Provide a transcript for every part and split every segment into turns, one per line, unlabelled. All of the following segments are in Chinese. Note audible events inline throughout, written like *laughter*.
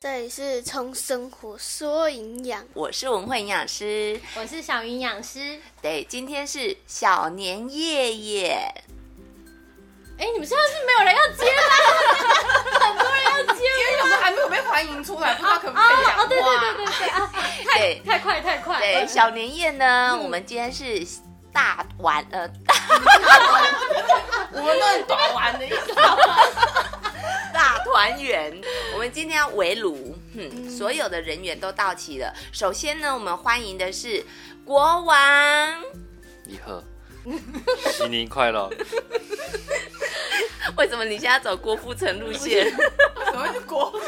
才是从生活说营养。
我是文慧营养师，
我是小云养师。
对，今天是小年夜夜，
哎，你们现在是没有人要接啦，很多人要接
因为我们还没有被欢迎出来，不知道可不可以讲
啊！
话。
哦，对对对对对啊！
对
太快太快，
对，小年夜呢，我们今天是大晚呃大
我们都很短玩的意思。
大团圆， *laughs* 我们今天要围炉，嗯，所有的人员都到齐了。首先呢，我们欢迎的是国王，
你好， *laughs* 新年快乐！
为什么你现在走郭富城路 *laughs* 线？
什么是国父？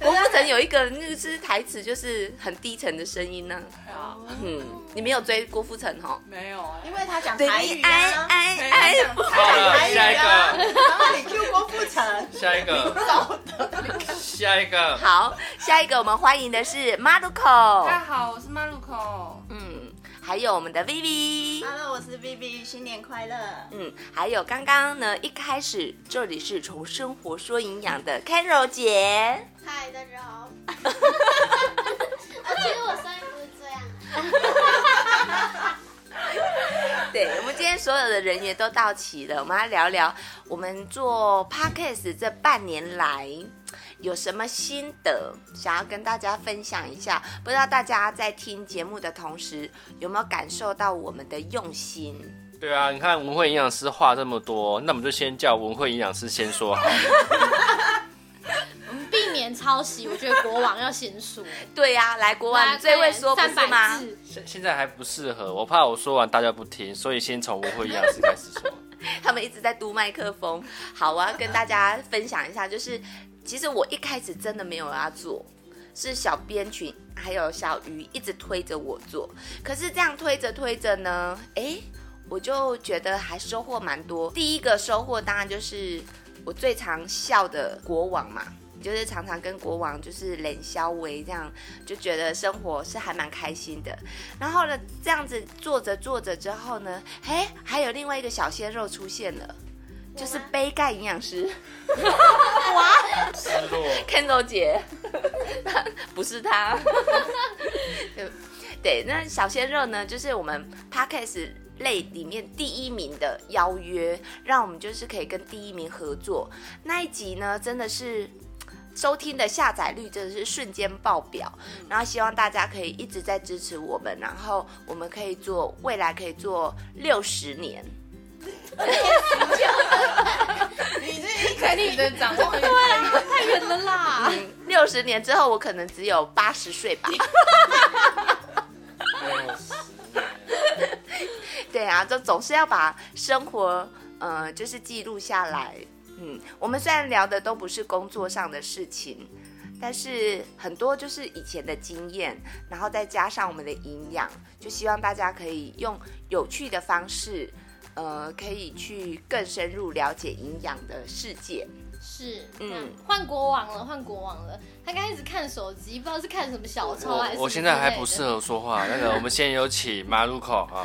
郭富城有一个那个是台词，就是很低沉的声音呢、嗯，你没有追郭富城哦。
没有啊，
因为他讲
对
台
你
语
哎
啊，
哎
对
哎，
他讲
不
好了，下一个，
然后你 Q 郭富城，
下一个，下一个，
好，下一个我们欢迎的是 Maruko，
好，我是马路口。
嗯，还有我们的 Vivi。
Hello，我是 B B，新年快乐。
嗯，还有刚刚呢，一开始这里是从生活说营养的 Carol 姐，
嗨，大家好。 *laughs* 啊，其实我声音不是这样啊。
对我们今天所有的人员都到齐了，我们来聊聊我们做 podcast 这半年来有什么心得，想要跟大家分享一下。不知道大家在听节目的同时，有没有感受到我们的用心？
对啊，你看文慧营养师话这么多，那我们就先叫文慧营养师先说好了。
我们避免抄袭，我觉得国王要先说。
对呀、来国王你最会说不
啊三
是
百
吗？
字，
现现在还不适合，我怕我说完大家不听，所以先从文慧营养师开始说。
他们一直在嘟麦克风。好，我要跟大家分享一下，就是其实我一开始真的没有要做，是小编群还有小鱼一直推着我做。可是这样推着推着呢，诶，我就觉得还收获蛮多。第一个收获当然就是我最常笑的国王嘛。就是常常跟国王就是冷消微这样，就觉得生活是还蛮开心的。然后呢，这样子做着做着之后呢，哎，还有另外一个小鲜肉出现了，就是杯盖营养师
失落，
Kendall 姐， *laughs* 不是她。 *laughs* 对，那小鲜肉呢，就是我们 podcast 类里面第一名的邀约，让我们就是可以跟第一名合作。那一集呢，真的是。收听的下载率真的是瞬间爆表，然后希望大家可以一直在支持我们，然后我们可以做未来可以做六十年，
你这一开始的掌握很
太远了啦！
六十年之后我可能只有八十岁吧。
六十
对啊，就总是要把生活，呃，就是记录下来。嗯，我们虽然聊的都不是工作上的事情，但是很多就是以前的经验，然后再加上我们的营养，就希望大家可以用有趣的方式，呃，可以去更深入了解营养的世界。
是，
嗯
嗯，换国王了，换国王了。他刚一直看手机，不知道是看什么小抄还是什
我
么
我现在还不
之
适
类的。
合说话，那个我们先有请马路口
*laughs*
啊，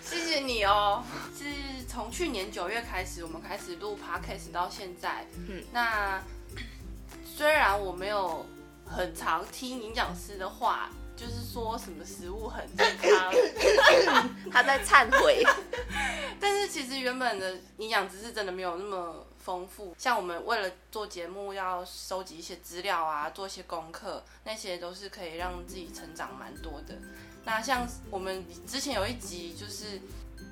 谢谢你哦。是从去年九月开始，我们开始录 podcast 到现在。
嗯
嗯，那虽然我没有很常听营养师的话，就是说什么食物很健康，
他在忏悔，
但是其实原本的营养知识真的没有那么丰富。像我们为了做节目要收集一些资料啊，做一些功课，那些都是可以让自己成长蛮多的。那像我们之前有一集就是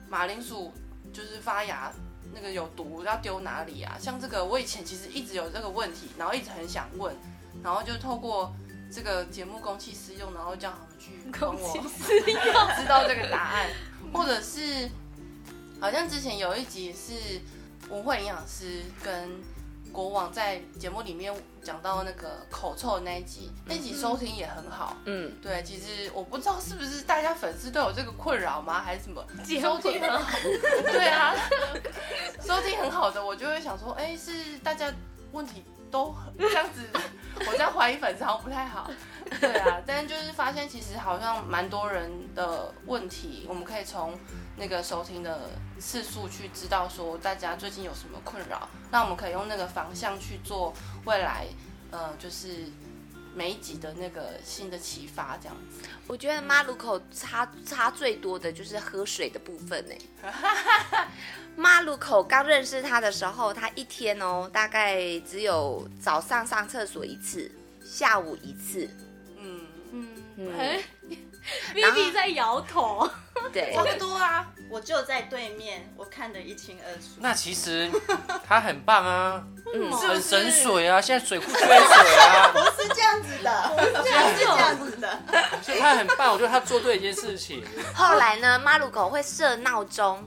马铃薯就是发芽那个有毒要丢哪里啊？像这个我以前其实一直有这个问题，然后一直很想问，然后就透过这个节目公器私用，然后叫他们去帮我
公器私用
知道这个答案，或者是好像之前有一集是文慧营养师跟国王在节目里面讲到那个口臭那一集，那集收听也很好。
嗯，
对，其实我不知道是不是大家粉丝都有这个困扰吗，还是什么？收听
很
好， *laughs* 对啊，收听很好的，我就会想说，哎、是大家问题都这样子， *laughs* 我这样怀疑粉丝好像不太好。对啊，但是就是发现其实好像蛮多人的问题，我们可以从那个收听的次数去知道说大家最近有什么困扰，那我们可以用那个方向去做未来，呃，就是每一集的那个新的启发这样子。
我觉得马路口差差最多的就是喝水的部分呢。马路口刚认识他的时候，他一天哦大概只有早上上厕所一次，下午一次。
嗯，
嗯，
嗯
哎
然后
，Vivi 在摇头，
对，
差不多啊，我就在对面，我看得一清二楚。
那其实他很棒啊，
嗯
是不是
很省水啊，现在水库缺水啊
不，
*laughs*
是这样子的，
*laughs*
不是这样子的。
所以他很棒，我觉得他做对一件事情。
后来呢，马路口会设闹钟，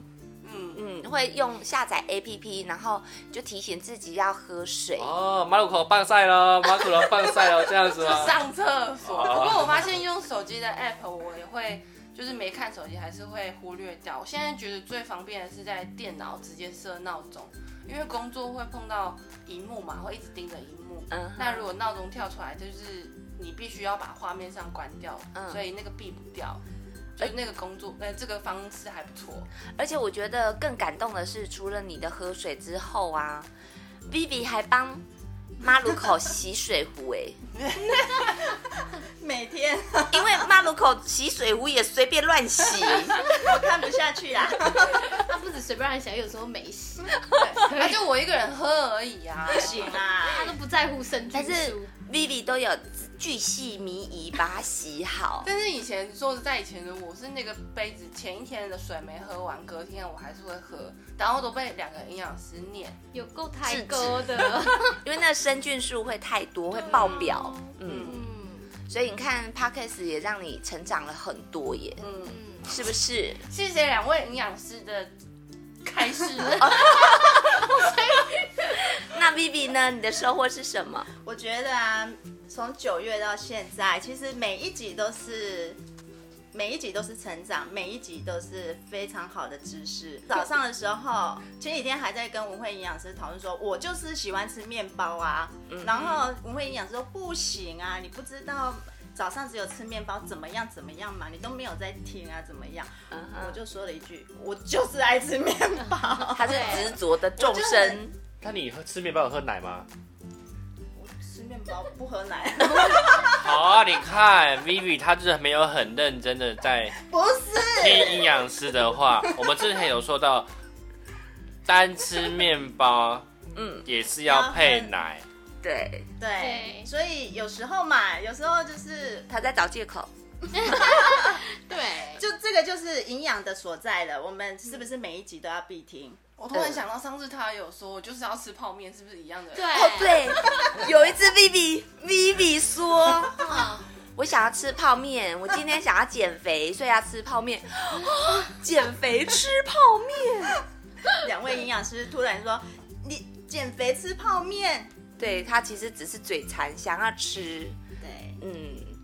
嗯，
嗯，会用下载 APP，然后就提醒自己要喝水。
哦，马路口棒晒了，马路口棒晒了，这样子吗？
*laughs* 上厕所。
哦
不过我发现用手机的 app 我也会。就是没看手机，还是会忽略掉。我现在觉得最方便的是在电脑直接设闹钟，因为工作会碰到荧幕嘛，会一直盯着荧幕。
嗯哼，
那如果闹钟跳出来，就是你必须要把画面上关掉，
嗯
所以那个避不掉。
哎
所以那个工作，呃，这个方式还不错。
*laughs*
而且我觉得更感动的是，除了你的喝水之后啊，Vivi 还帮马路口洗水壶哎、
*laughs* 每天啊
因为马路口洗水壶也随便乱洗，
我 *laughs* 看不下去啦，
他不止随便乱想，有时候没洗，
对，啊、就我一个人喝而已啊。
不行
他
啦。
都不在乎生
但
菌
是
数。
Vivi 都有巨细靡遗把它洗好。
但是以前说实在，以前的我是那个杯子前一天的水没喝完，隔天我还是会喝，然后都被两个营养师念。
有够抬高的，
因为那生菌数会太多，会爆表。嗯，
嗯
嗯
所以你看 Podcast 也让你成长了很多耶，
嗯，
嗯，
是不是？
谢谢两位营养师的开 *laughs* 示。
那 Vivi 呢？你的收获是什么？
我觉得啊，从九月到现在，其实每一集都是。每一集都是成长，每一集都是非常好的知识。早上的时候，前几天还在跟文慧营养师讨论说，我就是喜欢吃面包啊。然后文慧营养师说不行啊，你不知道早上只有吃面包怎么样怎么样嘛，你都没有在听啊怎么样？
嗯
我
哼，
就说了一句，我就是爱吃面包。 *laughs*
他是执着的众生，
那你喝吃面包有喝奶吗？
我吃面包不喝奶，
好啊，你看 Vivi 她就是没有很认真的在
不是。
听营养师的话。我们之前有说到，单吃面包
嗯，
也是要配奶。
对，
对
对，
所以有时候嘛，有时候就是
他在找借口。
对，
就这个就是营养的所在了。我们是不是每一集都要必听？
我突然想到上次他有说，我就是要吃泡面，是不是一样的？
对，
哎
哦，对，有一次 Vivi Vivi 说，
嗯
我想要吃泡面，我今天想要减肥，所以要吃泡面。哦减肥吃泡面，
*laughs* 两位营养师突然说，你减肥吃
*laughs*
泡面，
对他其实只是嘴馋，想要吃。
对，
嗯，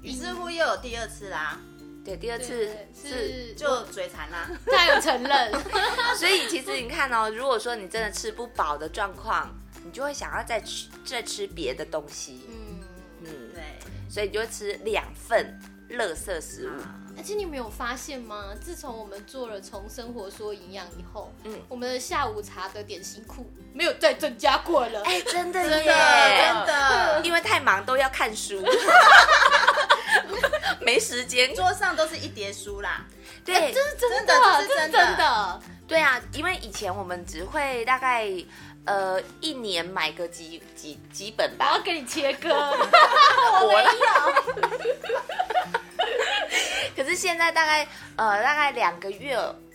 于是乎又有第二次啦，
对，第二次
对
是，
是
就嘴
*laughs*
馋啦。
他有承 *laughs* 认，
*laughs*
所以其实你看哦，如果说你真的吃不饱的状况，你就会想要再吃再吃别的东西。
嗯，
嗯，
对，
所以你就会吃两份垃圾食物。
啊
而哎且你们有发现吗？自从我们做了从生活说营养以后，
嗯
嗯，我们的下午茶的点心库没有再增加过了。
哎、真的耶，
真的真的，
因为太忙都要看
*laughs*
书，没时间。
桌上都是一叠书啦。
对，
这是真
哎真的
的，
这是
这
真
是
的
真的，
对啊，因为以前我们只会大概呃一年买个几几几本
我
吧
要，跟你切割。
我有。 *laughs* 可是现在大概呃大概两个月，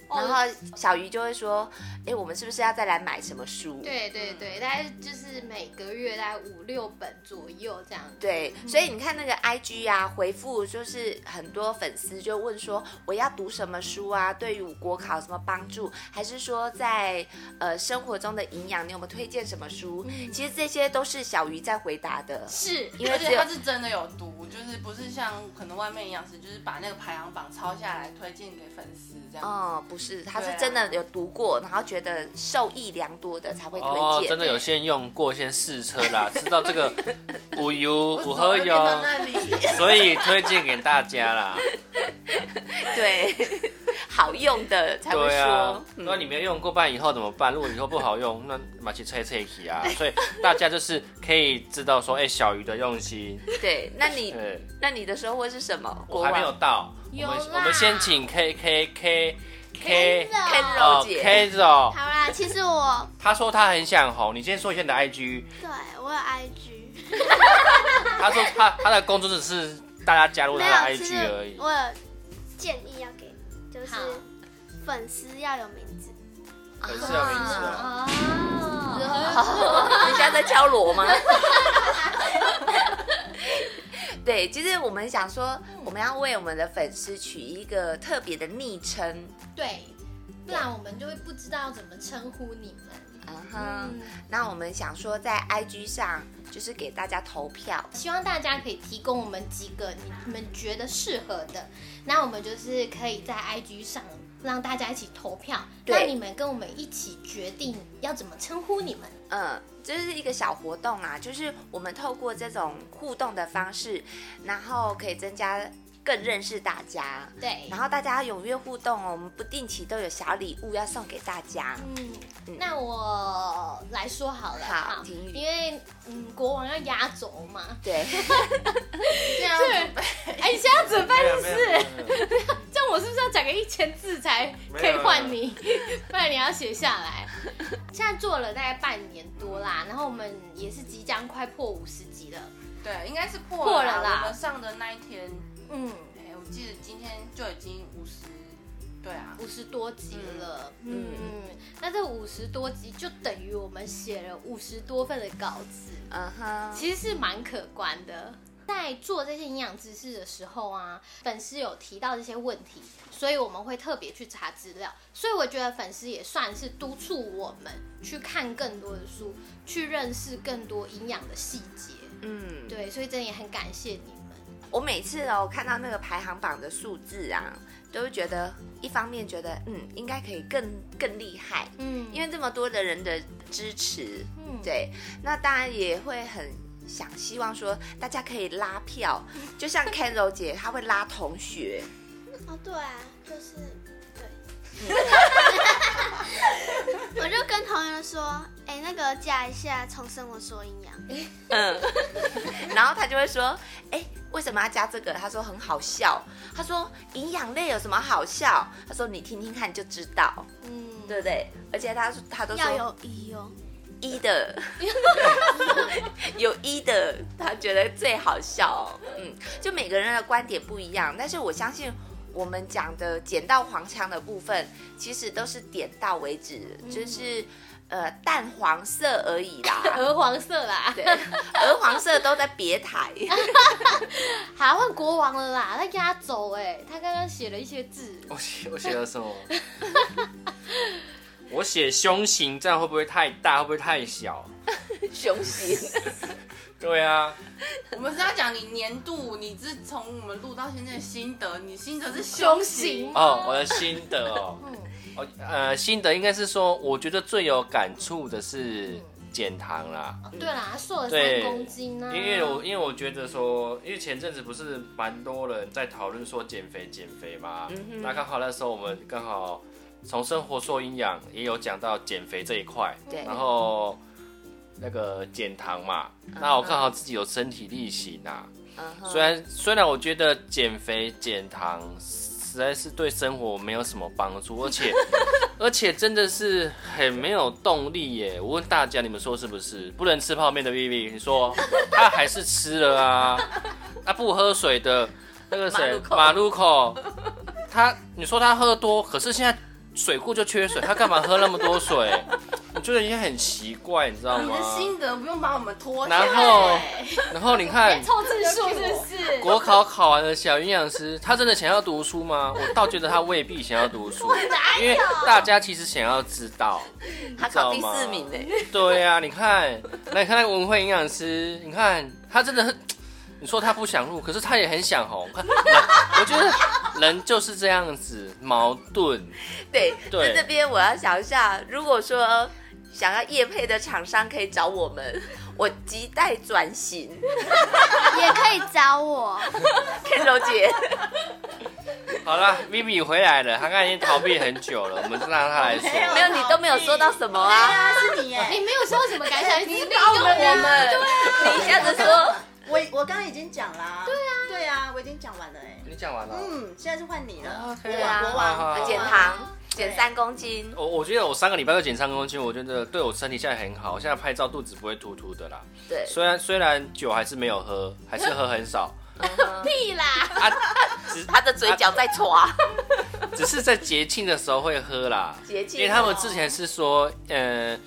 然后小鱼就会说，哎、我们是不是要再来买什么书？
对对对，大概就是每个月大概五六本左右这样。
对，所以你看那个 I G 啊，回复就是很多粉丝就问说，我要读什么书啊？对于我国考有什么帮助？还是说在呃生活中的营养，你有没有推荐什么书？其实这些都是小鱼在回答的，
是，
因为
而
只
且
有
他是真的有读，就是不是像可能外面营养师，就是把那个排行榜抄下来推荐给粉丝这样。
哦，不不是，他是
对啊
真的有读过，然后觉得受益良多的才会推
哦，
荐。
真的有先用过，先试车啦，知道这个五油五喝
我
*laughs*
油，
到那里，
所以推荐给大家啦。
*laughs* 对，好用的才会
对啊
说。，嗯
如果你没有用过，不然以后怎么办？如果以后不好用，那马去吹吹皮啊。所以大家就是可以知道说，哎、小鱼的用心。
对，那你
对，
那你的收获是什么？
我
国
还没有
王
到，
有
我们
啦
我们先请 K K K K
看
肉。
肉
哦
姐
K 总，
好啦，其实我
他说他很想红，你先说一下你的 IG。
对我有 IG，
他说他他的工作只是大家加入
没
他的
啊有，其
IG
实
而已。
我有建议要给，就是
好
粉丝要有名字。
粉丝有名字哦，
嗯
哦，
*laughs*
你现在在敲锣吗？ *laughs* 对，其实我们想说，
嗯
我们要为我们的粉丝取一个特别的昵称，
对，不然我们就会不知道怎么称呼你们。
嗯哼。那我们想说，在 IG 上就是给大家投票，
希望大家可以提供我们几个你你们觉得适合的，那我们就是可以在 IG 上让大家一起投票，
对
那你们跟我们一起决定要怎么称呼你们。
嗯，这是一个小活动啊，就是我们透过这种互动的方式，然后可以增加更认识大家。
对
然，后大家踊跃互动哦，我们不定期都有小礼物要送给大家。
嗯
嗯，
那我来说好了，
好婷宇
因为嗯，国王要压轴
*laughs*
嘛，
对，
这样准备
哎，你现在要准备是不是？
没有没有没有
这样我是不是要讲个一千字才可以换你？ *laughs* 不然你要写下来。现在做了大概半年多啦，然后我们也是即将快破五十集了。
对，应该是破
破
了
了啦
我们上的那一天，
嗯，
哎，我记得今天就已经五十，对啊，
五十多集了，嗯嗯，那这五十多集就等于我们写了五十多份的稿子，
嗯哼，
其实是蛮可观的。在做这些营养知识的时候啊，粉丝有提到这些问题，所以我们会特别去查资料。所以我觉得粉丝也算是督促我们去看更多的书，去认识更多营养的细节。
嗯，
对，所以真的也很感谢你 *laughs* 们。
我每次哦看到那个排行榜的数字啊，都会觉得一方面觉得嗯应该可以更更厉害，
嗯
因为这么多的人的支持，
嗯
对，那当然也会很想希望说大家可以拉
*laughs*
票，就像 Ken 柔姐她会拉同学， *laughs*
哦，对啊，就是对。 *laughs* 我就跟同学说，哎、那个加一下从生活说营养，
嗯，然后她就会说，哎、为什么要加这个？她说很好笑，她说营养类有什么好笑？她说你听听看就知道，
嗯，
对不对？而且她她都
要
说
有医哦。
一的， *laughs* 有一的，她觉得最好笑、嗯，就每个人的观点不一样，但是我相信。我们讲的捡到黄腔的部分，其实都是点到为止，就是呃淡黄色而已啦。
鹅黄色啦。
对，鹅黄色都在别台。
好，换国王了啦，他压轴哎，他刚刚写了一些字。
*laughs* 我写我写了什么？ *laughs* 我写胸型，这样会不会太大？会不会太小？
雄心，
*laughs* 对啊，
我们是要讲你年度，你是从我们录到现在的心得，你心得是
胸
胸
型
型，
哦，我的心得哦，哦呃，心得应该是说，我觉得最有感触的是减糖啦，
哦对啦，他瘦了三
对
公斤啊呢、
因为我因为我觉得说，因为前阵子不是蛮多人在讨论说减肥减肥嘛，那刚好那时候我们刚好从生活说营养也有讲到减肥这一块，
对
然后那个减糖嘛，那我刚好自己有身体力行啊，虽然虽然我觉得减肥减糖实在是对生活没有什么帮助，而且而且真的是很没有动力耶。我问大家，你们说是不是？不能吃泡面的 Vivi，你说他还是吃了啊？他不喝水的那个谁马
马
路口，他你说他喝多，可是现在水库就缺水，他干嘛喝那么多水？ *laughs* 我觉得也很奇怪，你知道
你
吗
的？心得不用把我们拖下
然
来。
后然后你看
在。凑字数是不 *laughs* 是？
*laughs* 国考考完的小营养师，他真的想要读书吗？我倒觉得他未必想要读
*laughs*
书，因为大家其实想要知道。
他考第四名呢。
对呀、啊，你看，那你看那个文慧营养师，你看他真的很，你说他不想录，可是他也很想红。 *laughs* 我觉得人就是这样子矛盾。
对，
对
在这边我要想一下，如果说想要业配的厂商可以找我们，我亟待转型。
也可以找我。
Ken 柔姐，
好了，Vivi 回来了，他刚才已经逃避很久了，我们让他来说。
*laughs* 没有你都没有说到什么啊？
啊，是你
*laughs*
耶！
你没有说什么感想，你利
我
用
们我
我
们，你一下子说，
我我刚刚已经讲啦。对啊，对啊，我已经讲完了哎。
你讲完了。
嗯，现在是换你了。
OK
国
啊
王，国
好好
王，
好
减糖减三公斤，
我我觉得我三个礼拜都减三公斤，我觉得对我身体现在很好，我现在拍照肚子不会凸凸的啦。
对，
虽然虽然酒还是没有喝，还是喝很少
屁啦，
啊，只
她的嘴角在戳。
啊只是在节庆的时候会喝啦。
节庆
因为他们之前是说，呃，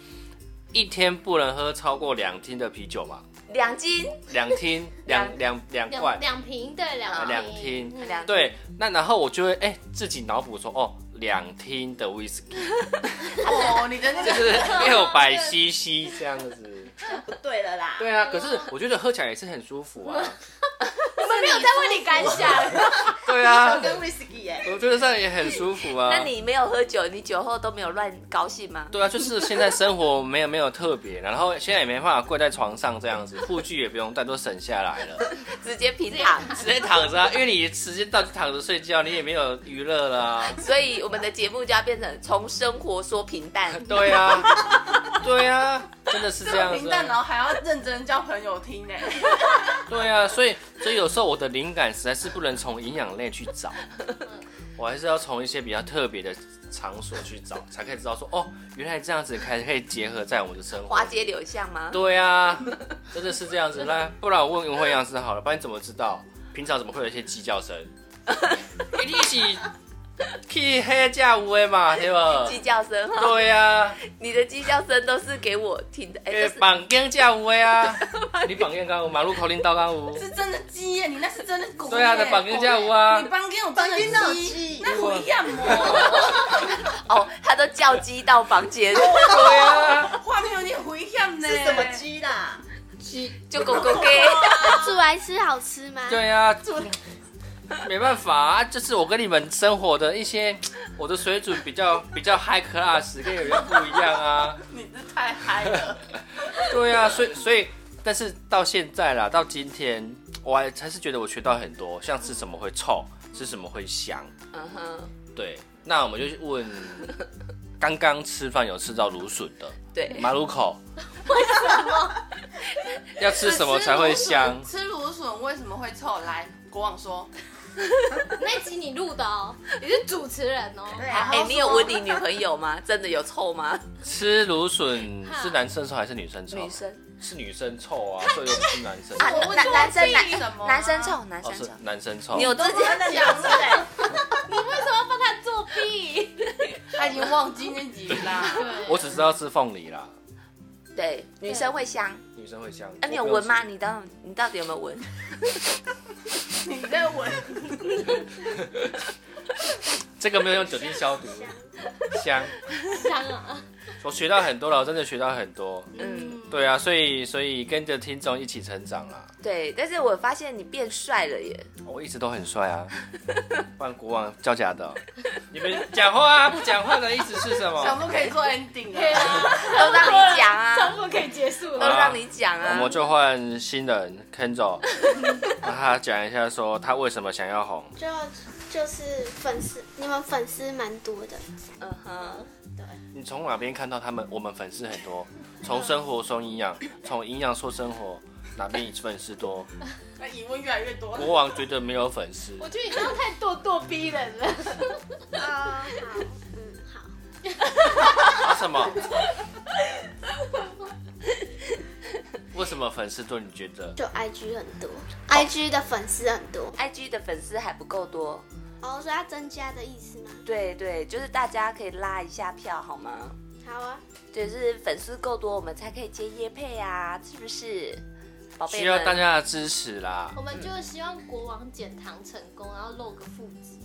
一天不能喝超过两听的啤酒嘛，
两斤，
两听两两两
两
罐，
两瓶对两
啊两
瓶，
听。
两
对，那然后我就会哎、自己脑补说，哦，两听的 whisky
哦，
*laughs*
你的那
就
个
是六百 CC 这样子。
不对了啦。
对啊，可是我觉得喝起来也是很舒服啊。
我们没有在问你感想，
对
*laughs*
啊，
跟 whisky 耶。
我觉得这样也很舒服啊。
那你没有喝酒，你酒后都没有乱高兴吗？
对啊，就是现在生活没有没有特别，然后现在也没办法跪在床上这样子，护具也不用带，都省下来了，
直接平躺。
直接躺着啊，因为你时间到就躺着睡觉，你也没有娱乐啦。
所以我们的节目就要变成从生活说平淡。
对啊，对啊，真的是这样
平
子、
淡，然
啊。
后还要认真交朋友听欸呢。
对啊，所以所以有时候我的灵感实在是不能从营养类去找，我还是要从一些比较特别的场所去找，才可以知道说哦，原来这样子才可以结合在我们的生活
花
里。
街柳巷吗？
对啊，真的是这样子。那不然我问文慧营养师好了，不然你怎么知道平常怎么会有一些鸡叫
*laughs*
声？一定是去黑架有的嘛，对吧？
鸡叫声哈，
对啊，
你的鸡叫声都是给我听的，哎、
诶，
这是
绑架架有的啊，你绑架刚有，马路口令到刚有，
是真的鸡耶，你那是真的狗耶。
对啊，那绑架架有啊
你，帮给我真
绑架
的
那有
鸡
鸡，
那回样哦，
哦，他都叫鸡到房
*laughs*
间，
对啊，
画面有点回样呢。
是什么？鸡啦？
就狗狗
*laughs*
给。
煮来吃好吃吗？
对啊，没办法啊，就是我跟你们生活的一些，我的水准比较比较 high class，跟你们不一样啊。
你这太嗨了。
*laughs* 对啊，所以所以，但是到现在啦，到今天，我还还是觉得我学到很多，像吃什么会臭，吃什么会香。
嗯哼，
对，那我们就问，刚刚吃饭有吃到芦笋的
对，
马鲁口，为什么？ *laughs* 要吃什么才会香？
吃芦笋为什么会臭？来，国王说，
那集你录的哦，你是主持人哦，
对
哎、
啊，
你有闻你女朋友吗？真的有臭吗？
吃芦笋是男生臭还是女生臭？
哦
女生
是女生臭啊，所以又不是男生
啊，
臭。
我
男男生
我
男
为什么啊
男生臭，男
哦，
生
是
臭。
男生臭。
你有自己
那讲对。
你为什么要帮他作弊？
他已经忘记那集啦。
我只知道吃凤梨啦，
对女生会香，
女生会香。
哎、你有
我不用
闻吗？你到你到底有没有
*laughs*
闻？
你在闻，
吃？这个没有用酒精消
*laughs*
毒，香。
香啊！
我学到很多了，我真的学到很多。
嗯，
对啊，所以所以跟着听众一起成长啦。
对，但是我发现你变帅了
*laughs*
耶，
我一直都很帅
*laughs*
啊，不然国王叫假的哦、你们讲话啊，不讲话的意思是什
想
么？
说可以做 ending
对
了。
啊，
都让你讲啊
*laughs*
差，不多可以结束
都
呃
了。
让你讲
我
啊
们。就换新人 Kenzo，让他讲一下说他为什么想要红。
就就是粉丝，你们粉丝蛮多的。
嗯哼，
你从哪边看到他们？我们粉丝很多，从生活说营养，从营养说生活，哪边粉丝多？
那疑问越来越多了。
国王觉得没有粉丝，
我觉得你这样太咄咄逼人了。
啊，好，嗯，好。
啊什么？为什么粉丝多？你觉得？
就 IG 很多、i g 的粉丝很多，
IG 的粉丝还不够多。
哦，所以要增加的意思吗？
对对，就是大家可以拉一下票好吗？
好啊，
就是粉丝够多，我们才可以接业配啊，是不是？宝贝们，
需要大家的支持啦
我。们就希望国王减糖成功，然后露个腹肌。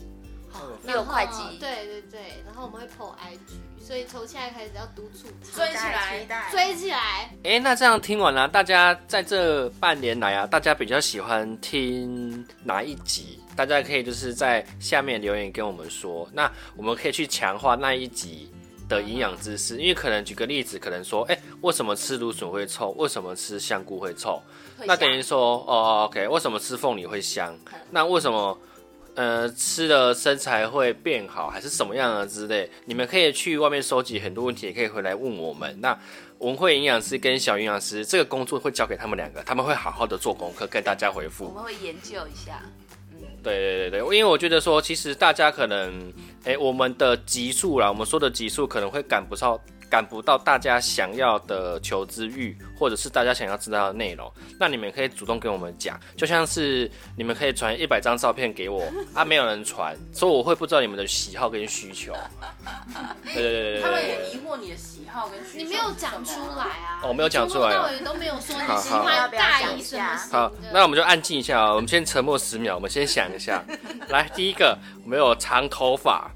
又有会
然后
哦
计，
对对对，然后我们会 PO IG，所以从现在开始要督促他
追起来
期待
追起来。
哎、那这样听完了、大家在这半年来啊，大家比较喜欢听哪一集？大家可以就是在下面留言跟我们说，那我们可以去强化那一集的营养知识，因为可能举个例子，可能说，哎、为什么吃芦笋会臭？为什么吃香菇会臭？
会
那
下
等于说，哦，OK，为什么吃凤梨会香？那为什么，呃，吃了身材会变好，还是什么样的之类？你们可以去外面收集很多问题，也可以回来问我们。那文慧营养师跟小营养师这个工作会交给他们两个，他们会好好的做功课，跟大家回复
我。们会研究一下。
对对对对，因为我觉得说，其实大家可能，哎、我们的级数啦，我们说的级数可能会赶不上，赶不到大家想要的求知欲，或者是大家想要知道的内容。那你们可以主动跟我们讲，就像是你们可以传一百张照片给我啊，没有人传，所以我会不知道你们的喜好跟需求。对对对对对
他们
对
也
对
疑惑你的喜好跟需求
你没有讲出来啊！
哦没有讲出来啊
从头到尾都没有说你喜
好
欢大
好
姨什么型
好，
的。
那我们就安静一下啊，我们先沉默十秒，我们先想一下。来，第一个，我们有长头发。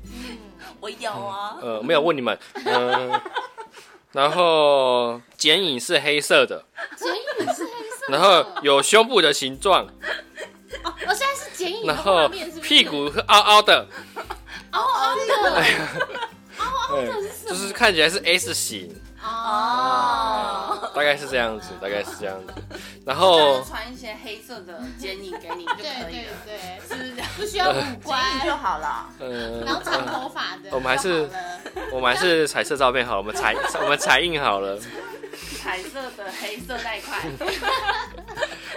我有啊，
呃，没有问你们，呃，然后剪影是黑色的，
剪影啊是哦黑色的，
然后有胸部的形状，
哦，我现在是剪影的
然后
画面，是哦不是
屁股是凹凹的，
凹凹的
哎就是看起来是 S 型，
哦，
大概是这样子，大概是这样子。然
他
后
就穿一些黑色的剪影
*laughs*
给你就
对
可以
对
了，
对，
是不是这样？
不需要五官，
哎就好了。
呃，
然后长头发的，
哦我们还是
就好了
我们还是彩色照片好了，我们彩我们彩印好了，
彩色的黑色那一块，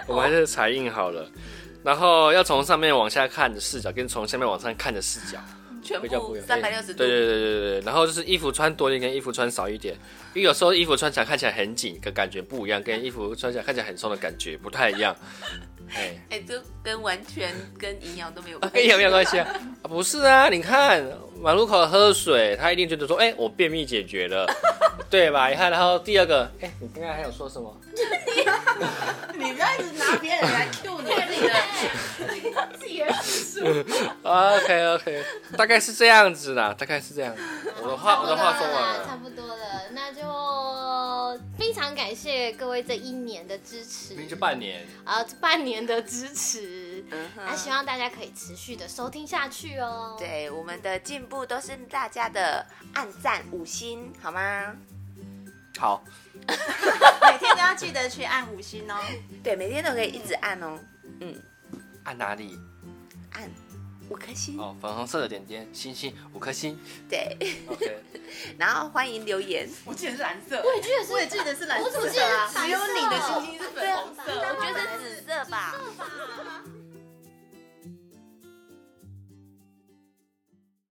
我们还是彩印好了。然后要从上面往下看的视角，跟从下面往上看的视角，
全
比较不
部
一样。
三百六十度。
对对对对对对，然后就是衣服穿多一点，跟衣服穿少一点，因为有时候衣服穿起来看起来很紧，跟感觉不一样，跟衣服穿起来看起来很松的感觉不太一
*laughs*
样。哎、
哎、这跟完全跟营养都
*laughs*
没有
啊
关系。
跟有没有关系啊？啊不是啊，你看马路口喝水，他一定觉得说，哎、我便秘解决了，对吧？你看，然后第二个，哎、你刚刚还有说什么？
你不要一直拿别人来 Q 你自己的，
自己人是
OK OK，大概是这样子啦，大概是这样。我的话我的话说完
差
了，
不多了，那就非常感谢各位这一年的支持，
明就半年，
啊，这半年的支持，
嗯哼
那希望大家可以持续的收听下去哦。，
对我们的进步都是大家的按赞五星，好吗？
好，
每天都要记得去按五星哦。
对，每天都可以一直按哦，
按哪里？
按五颗星。
哦，粉红色的点点，星星，五颗星。
对， *laughs*
OK。
然后欢迎留言。
我记得是蓝色，
我也觉得是，
我也记得是蓝
我怎么
色
记得
的啊
是。蓝
只有你的
色
星星是粉红色，
我觉得是紫色吧。
吧